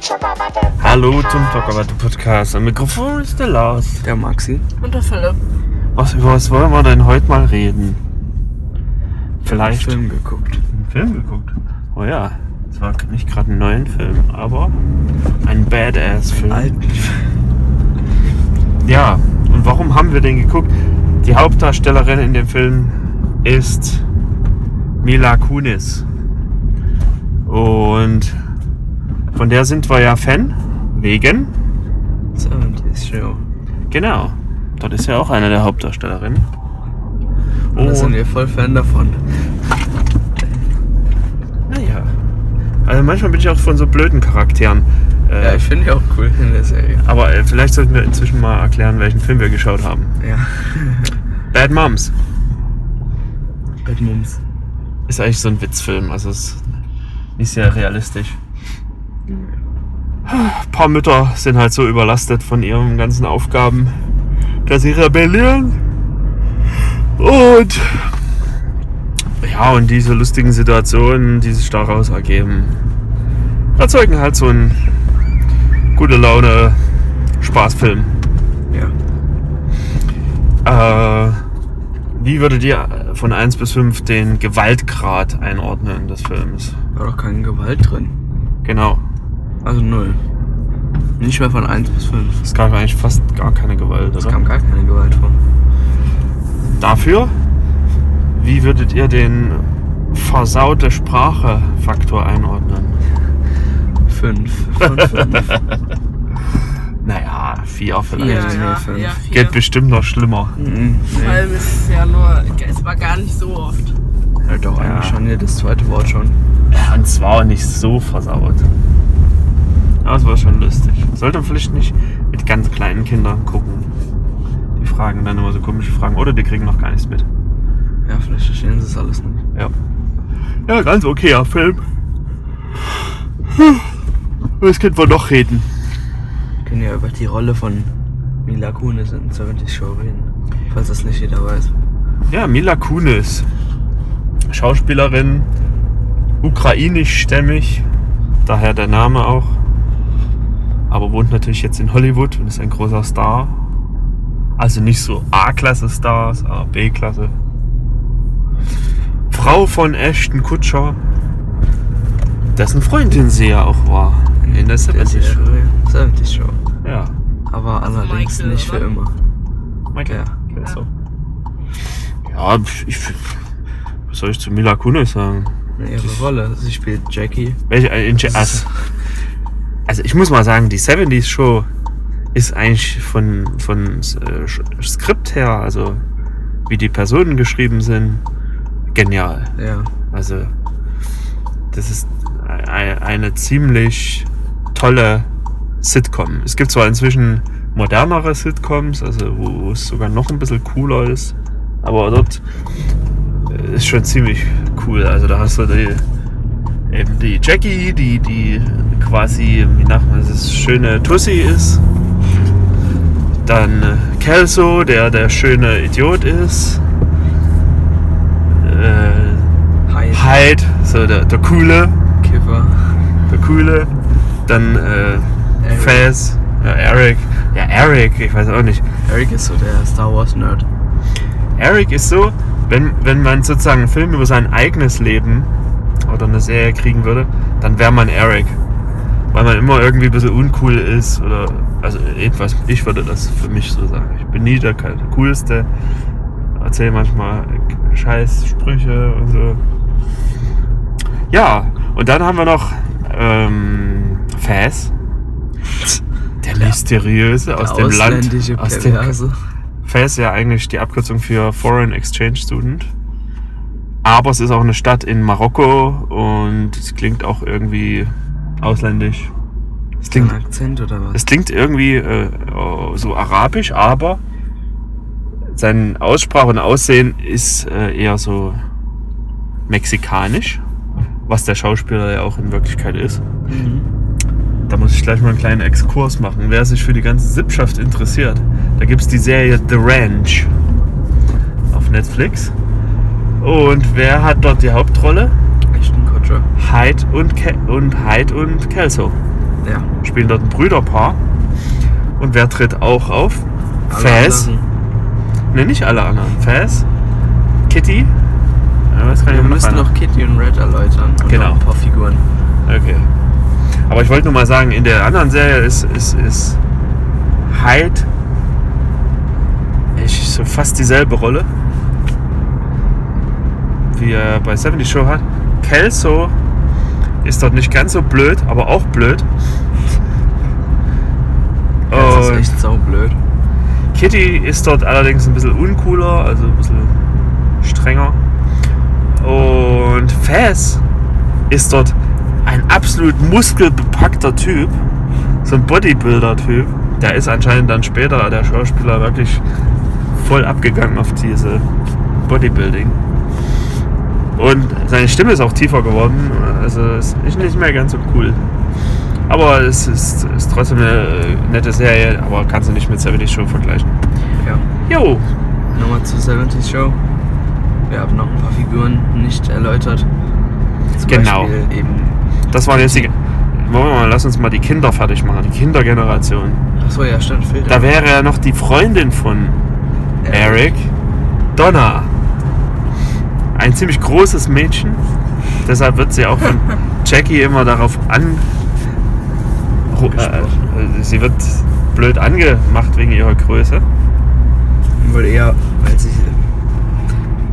Zuckerwatte. Hallo zum Talkabatte Podcast. Am Mikrofon ist der Lars. Der Maxi. Und der Philipp. Was, über was wollen wir denn heute mal reden? Vielleicht Film geguckt. einen Film geguckt. Oh ja, es war nicht gerade einen neuen Film, aber ein Badass-Film. Alten. Ja, und warum haben wir den geguckt? Die Hauptdarstellerin in dem Film ist Mila Kunis. Und von der sind wir ja Fan, wegen 70s Show. Genau. Dort ist ja auch eine der Hauptdarstellerinnen. Und da sind wir voll Fan davon. naja. Ah Also manchmal bin ich auch von so blöden Charakteren. Äh, Ja, ich finde die auch cool in der Serie. aber äh, vielleicht sollten wir inzwischen mal erklären, welchen Film wir geschaut haben. Ja. Bad Moms Bad Moms. ist eigentlich so ein Witzfilm, also ist nicht sehr realistisch. Ein paar Mütter sind halt so überlastet von ihren ganzen Aufgaben, dass sie rebellieren. Und ja, und diese lustigen Situationen, die sich daraus ergeben, erzeugen halt so einen gute Laune Spaßfilm. Ja. Äh, wie würdet ihr von 1 bis 5 den Gewaltgrad einordnen des Films? War doch keine Gewalt drin. Genau. Also null. Nicht mehr von 1 bis 5. Es gab eigentlich fast gar keine Gewalt, Es oder? kam gar keine Gewalt vor. Dafür, wie würdet ihr den versaute Sprache-Faktor einordnen? 5. Von 5. Naja, 4 vielleicht. Ja, ja, fünf. vier. Geht bestimmt noch schlimmer. Mhm. Vor allem ist es ja nur, es war gar nicht so oft. Ja, Halt doch, Ja. eigentlich schon hier das zweite Wort schon. Ja, und zwar nicht so versaut. Aber es war schon lustig. Sollte man vielleicht nicht mit ganz kleinen Kindern gucken. Die fragen dann immer so komische Fragen. Oder die kriegen noch gar nichts mit. Ja, vielleicht verstehen sie es alles nicht. Ja. Ja, ganz okayer Film. Hm. Was könnte man noch reden? Wir können ja über die Rolle von Mila Kunis in 70 Show reden. Falls das nicht jeder weiß. Ja, Mila Kunis. Schauspielerin, ukrainischstämmig, daher der Name auch. Aber wohnt natürlich jetzt in Hollywood und ist ein großer Star. Also nicht so A-Klasse-Stars, aber B-Klasse. Frau von Ashton Kutscher, dessen Freundin sie ja auch war. In der 70 Show. Show. ja. 70 Show. Ja, Aber allerdings Also Michael, nicht für oder? immer. Michael. Ja. Kelso. Ja, ich, was soll ich zu Mila Kunis sagen? Ihre Rolle. Sie spielt Jackie. Welche, äh, in, also, also ich muss mal sagen, die 70s Show ist eigentlich von, von äh, Sch- Skript her, also wie die Personen geschrieben sind, genial. Ja. Also, das ist ei- eine ziemlich tolle Sitcom. Es gibt zwar inzwischen modernere Sitcoms, also wo wo es sogar noch ein bisschen cooler ist, aber dort äh, ist schon ziemlich cool. Also, da hast du die, eben die Jackie, die, die quasi, wie nennt man das, schöne Tussi ist. Dann äh, Kelso, der der schöne Idiot ist. Äh, Hi. Hyde, Halt, so der, der coole, Kiffer. der coole. Dann äh, Eric. Faz, ja, Eric. Ja, Eric, ich weiß auch nicht. Eric ist so der Star Wars Nerd. Eric ist so, wenn, wenn man sozusagen einen Film über sein eigenes Leben oder eine Serie kriegen würde, dann wäre man Eric. Weil man immer irgendwie ein bisschen uncool ist oder also etwas, ich würde das für mich so sagen. Ich bin nie der coolste, erzähle manchmal scheiß Sprüche und so. Ja, und dann haben wir noch ähm, Faz. Der mysteriöse aus der dem Land. ausländische Aus dem, Perverse. FAS ja eigentlich die Abkürzung für Foreign Exchange Student. Aber es ist auch eine Stadt in Marokko und es klingt auch irgendwie ausländisch. Es Ein klingt, Akzent oder was? es klingt irgendwie äh, so arabisch, aber seine Aussprache und Aussehen ist äh, eher so mexikanisch, was der Schauspieler ja auch in Wirklichkeit ist. Mhm. Da muss ich gleich mal einen kleinen Exkurs machen. Wer sich für die ganze Sippschaft interessiert, da gibt es die Serie The Ranch auf Netflix. Und wer hat dort die Hauptrolle? Ashton Kutcher. Hyde und, Ke und, Hyde und Kelso. Ja. spielen dort ein Brüderpaar. Und wer tritt auch auf? Alle Faz. anderen. Ne, nicht alle anderen. Faz, Kitty. Ja, was kann ich Wir noch müssen einer? noch Kitty und Red erläutern. Und Genau. Noch ein paar Figuren. Okay. Aber ich wollte nur mal sagen, in der anderen Serie ist, ist, ist Hyde ich, so fast dieselbe Rolle, wie er bei 70 Show hat. Kelso ist dort nicht ganz so blöd, aber auch blöd. Das ist Und- echt saublöd. Kitty ist dort allerdings ein bisschen uncooler, also ein bisschen strenger. Und Faz ist dort ein absolut muskelbepackter Typ, so ein Bodybuilder-Typ. Der ist anscheinend dann später, der Schauspieler, wirklich voll abgegangen auf diese Bodybuilding. Und seine Stimme ist auch tiefer geworden, also ist nicht- nicht mehr ganz so cool. Aber es ist, ist trotzdem eine äh, nette Serie, aber kannst du nicht mit 70 Show vergleichen. Ja. Jo, Nochmal zur 70 Show. Wir haben noch ein paar Figuren nicht erläutert. Zum Genau. Beispiel eben. das waren jetzt die. Wollen wir mal, lass uns mal die Kinder fertig machen, die Kindergeneration. Achso, ja, stimmt. Fehlt Da wäre ja noch die Freundin von Eric, Donna. Ein ziemlich großes Mädchen. Deshalb wird sie auch von Jackie immer darauf an. Äh, sie wird blöd angemacht wegen ihrer Größe. Weil eher, weil sie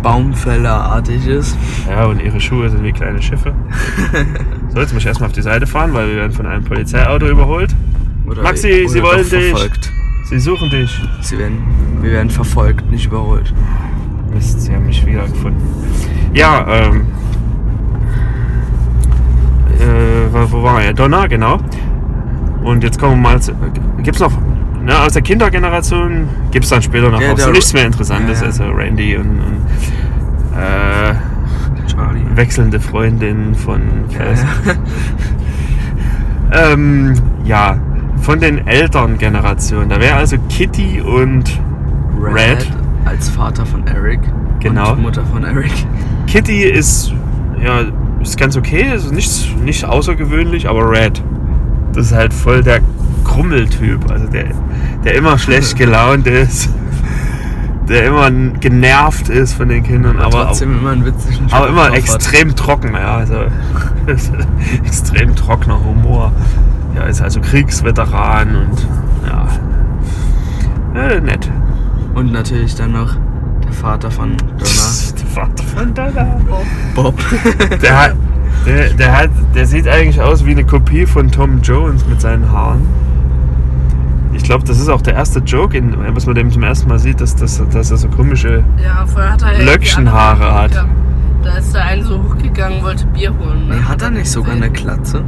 Baumfällerartig ist. Ja, und ihre Schuhe sind wie kleine Schiffe. So, jetzt muss ich erstmal auf die Seite fahren, weil wir werden von einem Polizeiauto überholt. Oder Maxi, oder sie wollen doch dich. verfolgt. Sie suchen dich. Sie werden, wir werden verfolgt, nicht überholt. Mist, sie haben mich wiedergefunden. Ja, ähm. Äh, wo- wo waren wir? Ja, Donna, genau. Und jetzt kommen wir mal zu. äh, Gibt's noch. Ne, aus der Kindergeneration gibt's dann später noch Ja, auch so der- nichts mehr Interessantes. Ja, ja. Also Randy und. und äh, Charlie. wechselnde Freundin von. Ja, ja. Ähm, ja, von den Elterngenerationen. Da wäre also Kitty und Red. Als Vater von Eric. Genau. Und Mutter von Eric. Kitty ist ja ist ganz okay, ist nichts nicht außergewöhnlich, aber Red. Das ist halt voll der Krummeltyp, also der der immer schlecht gelaunt ist, der immer genervt ist von den Kindern, aber Trotzdem immer einen witzigen aber Spruch immer drauf hat. extrem trocken, ja, also extrem trockener Humor. Ja, ist also Kriegsveteran und ja, ja nett. Und natürlich dann noch der Vater von Donna. Der Vater von Donna. Bob. Der hat, der, der hat, der sieht eigentlich aus wie eine Kopie von Tom Jones mit seinen Haaren. Ich glaube, das ist auch der erste Joke, in, was man dem zum ersten Mal sieht, dass, dass, dass er so komische. Ja, vorher hat er ja die Löckchenhaare anderen hat. gehabt. Da ist der eine so hochgegangen, wollte Bier holen. nee, ne? hat er nicht sogar eine Klatze?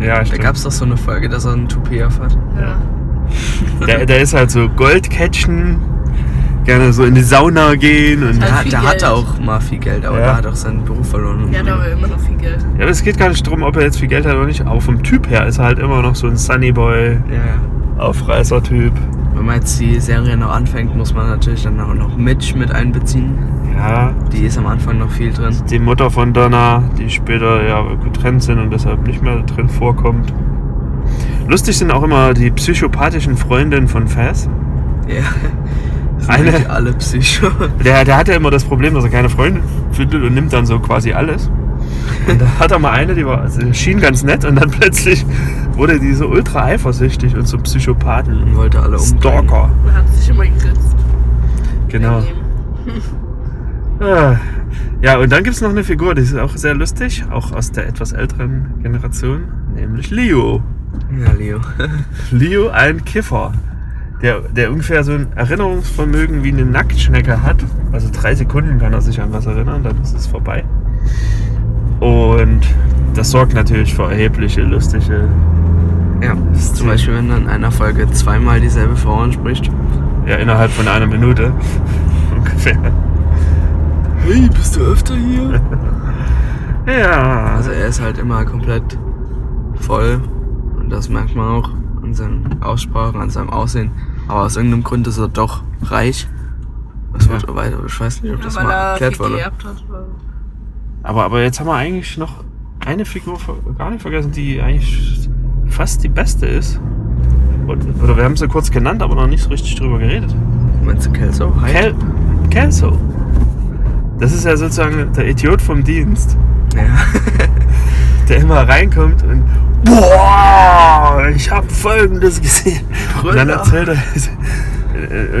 Ja, Da gab es doch so eine Folge, dass er einen Toupet auf hat. Ja. Der, der ist halt so Goldcatchen, gerne so in die Sauna gehen und. Also Da, viel da Geld. hat er auch mal viel Geld, aber Ja. da hat er auch seinen Beruf verloren. Ja, da war immer noch viel Geld. Ja, aber es geht gar nicht darum, ob er jetzt viel Geld hat oder nicht. Aber vom Typ her ist er halt immer noch so ein Sunnyboy, ja, ja. Aufreißer-Typ. Wenn man jetzt die Serie noch anfängt, muss man natürlich dann auch noch Mitch mit einbeziehen. Ja. Die ist am Anfang noch viel drin. Die Mutter von Donna, die später ja getrennt sind und deshalb nicht mehr drin vorkommt. Lustig sind auch immer die psychopathischen Freundinnen von Faz. Ja. Das sind Eine- wirklich alle Psycho. Der, der hat ja immer das Problem, dass er keine Freundin findet und nimmt dann so quasi alles. Und da hat er mal eine, die war, also die schien ganz nett und dann plötzlich wurde die so ultra eifersüchtig und so Psychopathen. Und wollte alle umbringen. Stalker. Und hat sich immer gekritzt. Genau. Daneben. Ah. Ja, und dann gibt es noch eine Figur, die ist auch sehr lustig, auch aus der etwas älteren Generation, nämlich Leo. Ja, Leo. Leo ein Kiffer, der, der ungefähr so ein Erinnerungsvermögen wie eine Nacktschnecke hat. Also drei Sekunden kann er sich an was erinnern, dann ist es vorbei. Und das sorgt natürlich für erhebliche lustige. Ja. Zum Beispiel, wenn dann in einer Folge zweimal dieselbe Frau anspricht. Ja, innerhalb von einer Minute. Ungefähr. Hey, bist du öfter hier? Ja. Also er ist halt immer komplett voll und das merkt man auch an seinen Aussprachen, an seinem Aussehen. Aber aus irgendeinem Grund ist er doch reich. Das Ja. wird weiter, ich weiß nicht, ob das Ja, weil mal er erklärt viel wurde. geerbt hat. oder? aber, aber jetzt haben wir eigentlich noch eine Figur ver- gar nicht vergessen, die eigentlich fast die beste ist. Und, oder wir haben sie kurz genannt, aber noch nicht so richtig drüber geredet. Meinst du Kelso? Hyde? Kel Kelso. Das ist ja sozusagen der Idiot vom Dienst, Ja. der immer reinkommt und Boah, ich habe folgendes gesehen. Und dann Brüller. erzählt er.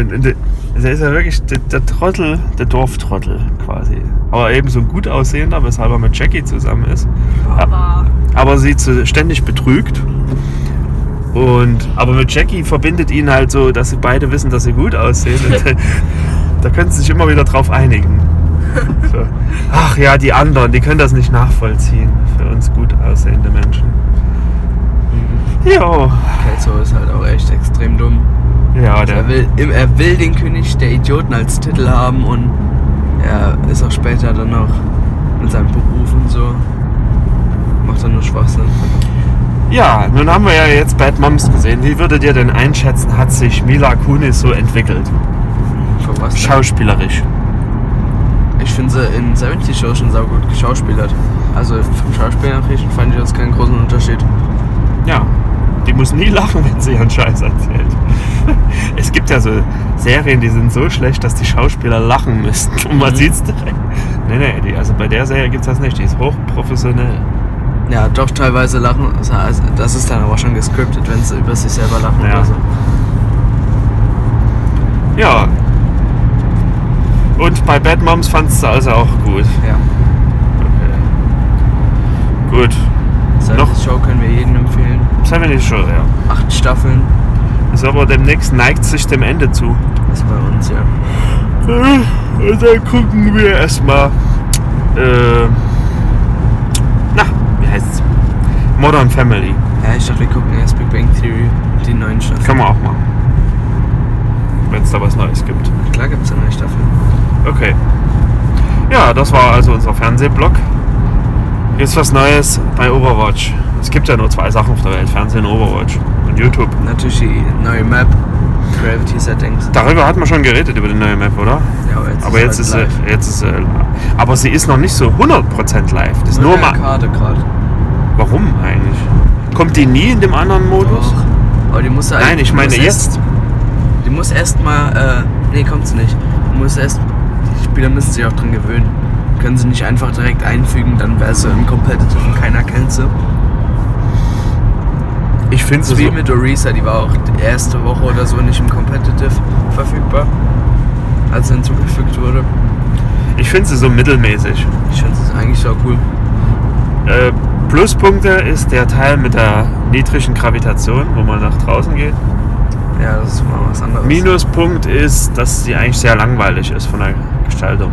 Und, und, und der ist ja wirklich der, der Trottel, der Dorftrottel quasi. Aber eben so ein gut aussehender, weshalb er mit Jackie zusammen ist. Aber aber sie zu, ständig betrügt. Und, aber mit Jackie verbindet ihn halt so, dass sie beide wissen, dass sie gut aussehen. Und, da können sie sich immer wieder drauf einigen. So. Ach ja, die anderen, die können das nicht nachvollziehen. Für uns gut aussehende Menschen. Jo. Kelso ist halt auch echt extrem dumm. Ja, der, Er will, im- er will den König der Idioten als Titel haben und er ist auch später dann noch mit seinem Beruf und so. Macht dann nur ne? Schwachsinn. ja, nun haben wir ja jetzt Bad Moms gesehen. Wie würdet ihr denn einschätzen, hat sich Mila Kunis so entwickelt? Verpasst. Schauspielerisch. Ich finde sie in 70 Show schon saugut geschauspielert. Also vom Schauspielerischen fand ich jetzt keinen großen Unterschied. Ja, die muss nie lachen, wenn sie ihren Scheiß erzählt. Es gibt ja so Serien, die sind so schlecht, dass die Schauspieler lachen müssen. Und man Mhm. sieht's direkt. Nee, nee, die, also bei der Serie gibt's das nicht. Die ist hochprofessionell. Ja, doch teilweise lachen. also, also, Das ist dann aber schon gescriptet, wenn sie über sich selber lachen Ja. oder so. Ja. Und bei Bad Moms fandst du also auch gut. Ja. Okay. Gut. Noch- 70 Show können wir jedem empfehlen. Family Show, ja. Acht Staffeln Ist aber demnächst neigt sich dem Ende zu. ist bei uns, ja. Äh, Und dann gucken wir erstmal. Äh, na, wie heißt's? Modern Family. Ja, ich dachte, wir gucken erst Big Bang Theory, die neuen Staffeln. Können wir auch machen. Wenn es da was Neues gibt. Klar gibt es eine neue Staffel. Okay. Ja, das war also unser Fernsehblock. Jetzt was Neues bei Overwatch. Es gibt ja nur zwei Sachen auf der Welt: Fernsehen und Overwatch. Und YouTube. Natürlich die neue Map, Gravity Settings. Darüber hat man schon geredet, über die neue Map, oder? Ja, aber jetzt Aber jetzt ist, halt sie, jetzt ist sie. äh, Aber sie ist noch nicht so 100% live. Das ist nur nur mal. eine Karte gerade. Warum eigentlich? Kommt die nie in dem anderen Modus? Aber die muss ja Nein, ich die meine muss jetzt. Erst, die muss erst mal, äh, nee, kommt sie nicht. Die muss erst, die Spieler müssen sich auch dran gewöhnen. Können sie nicht einfach direkt einfügen, dann wäre sie im Competitive und keiner kennt sie. Ich finde So wie mit Orisa, die war auch die erste Woche oder so nicht im Competitive verfügbar, als sie hinzugefügt wurde. Ich finde sie so mittelmäßig. Ich finde es eigentlich so cool. Äh, Pluspunkte ist der Teil mit der niedrigen Gravitation, wo man nach draußen geht. Ja, das ist mal was anderes. Minuspunkt ist, dass sie eigentlich sehr langweilig ist von der Gestaltung.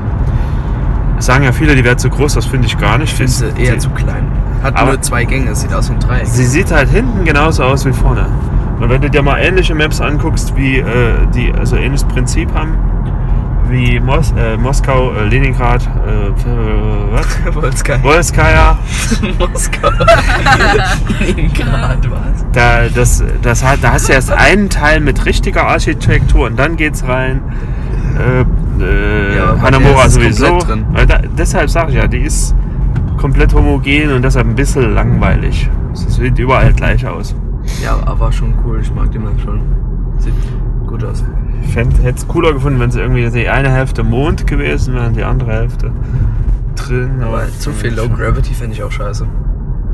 Es sagen ja viele, die wäre zu groß, das finde ich gar nicht. Ich finde sie eher zu klein. Hat Aber- nur zwei Gänge, sieht aus wie ein Dreieck. Sie sieht halt hinten genauso aus wie vorne. Und wenn du dir mal ähnliche Maps anguckst, wie äh, die also ähnliches Prinzip haben, wie Mos äh, Moskau, äh, Leningrad, äh, äh, was? Wolfskai. Wolskaya, Moskau. Leningrad was? da, das, das, hat- da hast du erst einen Teil mit richtiger Architektur und dann geht's rein. Äh, äh, Ja, aber bei der Hanamura ist es sowieso. komplett drin. Äh, Da, deshalb sage ich ja, die ist komplett homogen und deshalb ein bisschen langweilig. Sie sieht überall gleich aus. Ja, aber schon cool. Ich mag die Map schon. Sieht gut aus. Ich hätte es cooler gefunden, wenn es irgendwie die eine Hälfte Mond gewesen wäre und die andere Hälfte drin. Aber zu viel Low Gravity fände ich auch scheiße.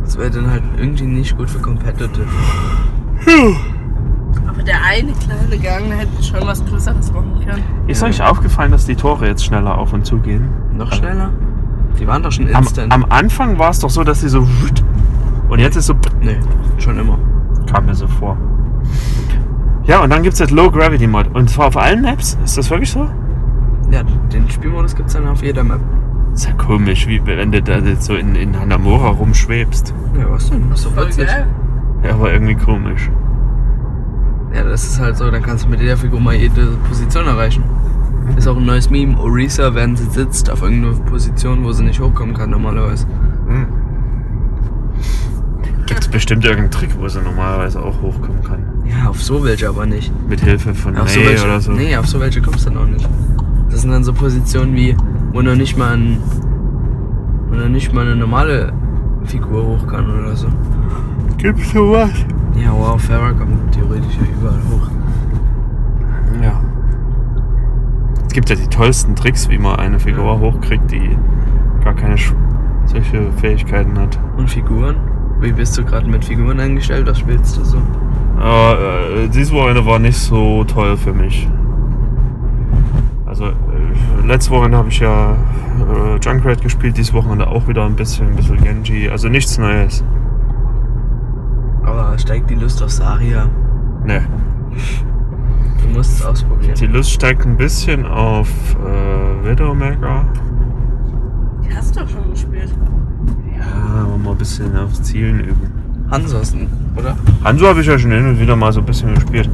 Das wäre dann halt irgendwie nicht gut für Competitive. Aber der eine kleine Gang hätte schon was Größeres machen können. Ist euch aufgefallen, dass die Tore jetzt schneller auf und zu gehen? Noch schneller? Die waren doch schon Am, instant. am Anfang war es doch so, dass sie so wüt- und jetzt ist so nee, schon immer. kam mir so vor. Ja, und dann gibt es jetzt Low Gravity Mod. Und zwar auf allen Maps? Ist das wirklich so? Ja, den Spielmodus gibt es dann auf jeder Map. Ist ja komisch, wie wenn du da jetzt so in, in Hanamura rumschwebst. Ja, was denn? Das ist doch Voll witzig. geil. Ja, aber irgendwie komisch. Ja, das ist halt so, dann kannst du mit jeder Figur mal jede Position erreichen. Ist auch ein neues Meme. Orisa, während sie sitzt, auf irgendeine Position, wo sie nicht hochkommen kann, normalerweise. Hm. Gibt es bestimmt irgendeinen Trick, wo sie normalerweise auch hochkommen kann. Ja, auf so welche aber nicht. Mit Hilfe von Auf May welche, oder so. Nee, auf so welche kommst du dann auch nicht. Das sind dann so Positionen wie, wo noch nicht mal ein, wo noch nicht mal eine normale Figur hoch kann oder so. Gibt's sowas? Ja, wow, Farrah kommt theoretisch ja überall hoch. Ja. Es gibt ja die tollsten Tricks, wie man eine Figur hochkriegt, die gar keine Sch- solche Fähigkeiten hat. Und Figuren? Wie bist du gerade mit Figuren eingestellt? Was spielst du so? Aber äh, dieses Wochenende war nicht so toll für mich. Also äh, letztes Wochenende habe ich ja äh, Junkrat gespielt, dieses Wochenende auch wieder ein bisschen, ein bisschen Genji. Also nichts Neues. Aber steigt die Lust auf Saria? Ne. Du musst es ausprobieren. Die Lust steigt ein bisschen auf äh, Widowmaker. Die hast du doch schon gespielt. Ja, aber mal ein bisschen aufs Zielen üben. Hansossen, oder? Hanzo habe ich ja schon hin und wieder mal so ein bisschen gespielt.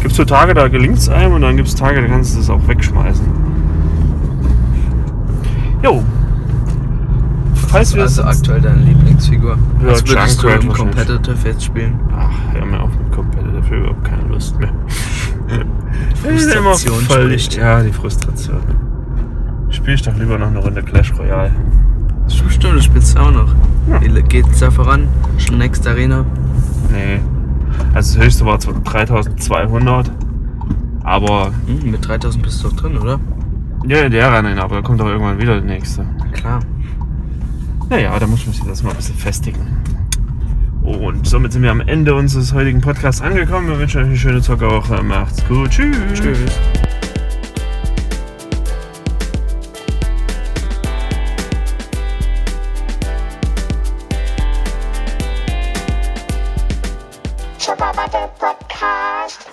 Gibt so Tage, da gelingt es einem und dann gibt es Tage, da kannst du es auch wegschmeißen. Jo. Falls wir also jetzt- aktuell deine Lieblingsfigur. Ja, Was würdest du Junkrat im wahrscheinlich. Competitive jetzt spielen? Ach, hör mir auf mit Competitive, ich überhaupt keine Lust mehr. Frustration spricht. Ja, die Frustration. Spiel ich doch lieber noch eine Runde Clash Royale. Stimmt, du spielst auch noch. Ja. Wie geht's da voran? Schon nächste Arena? Nee. Also das höchste war zwar 3200, aber Hm, mit 3000 bist du doch drin, oder? ja, der rein, aber da kommt doch irgendwann wieder der nächste. Na klar. Naja, da muss ich mich jetzt erstmal ein bisschen festigen. Und somit sind wir am Ende unseres heutigen Podcasts angekommen. Wir wünschen euch eine schöne Zockerwoche. Macht's gut. Tschüss. Tschüss. Chopper Butter Podcast.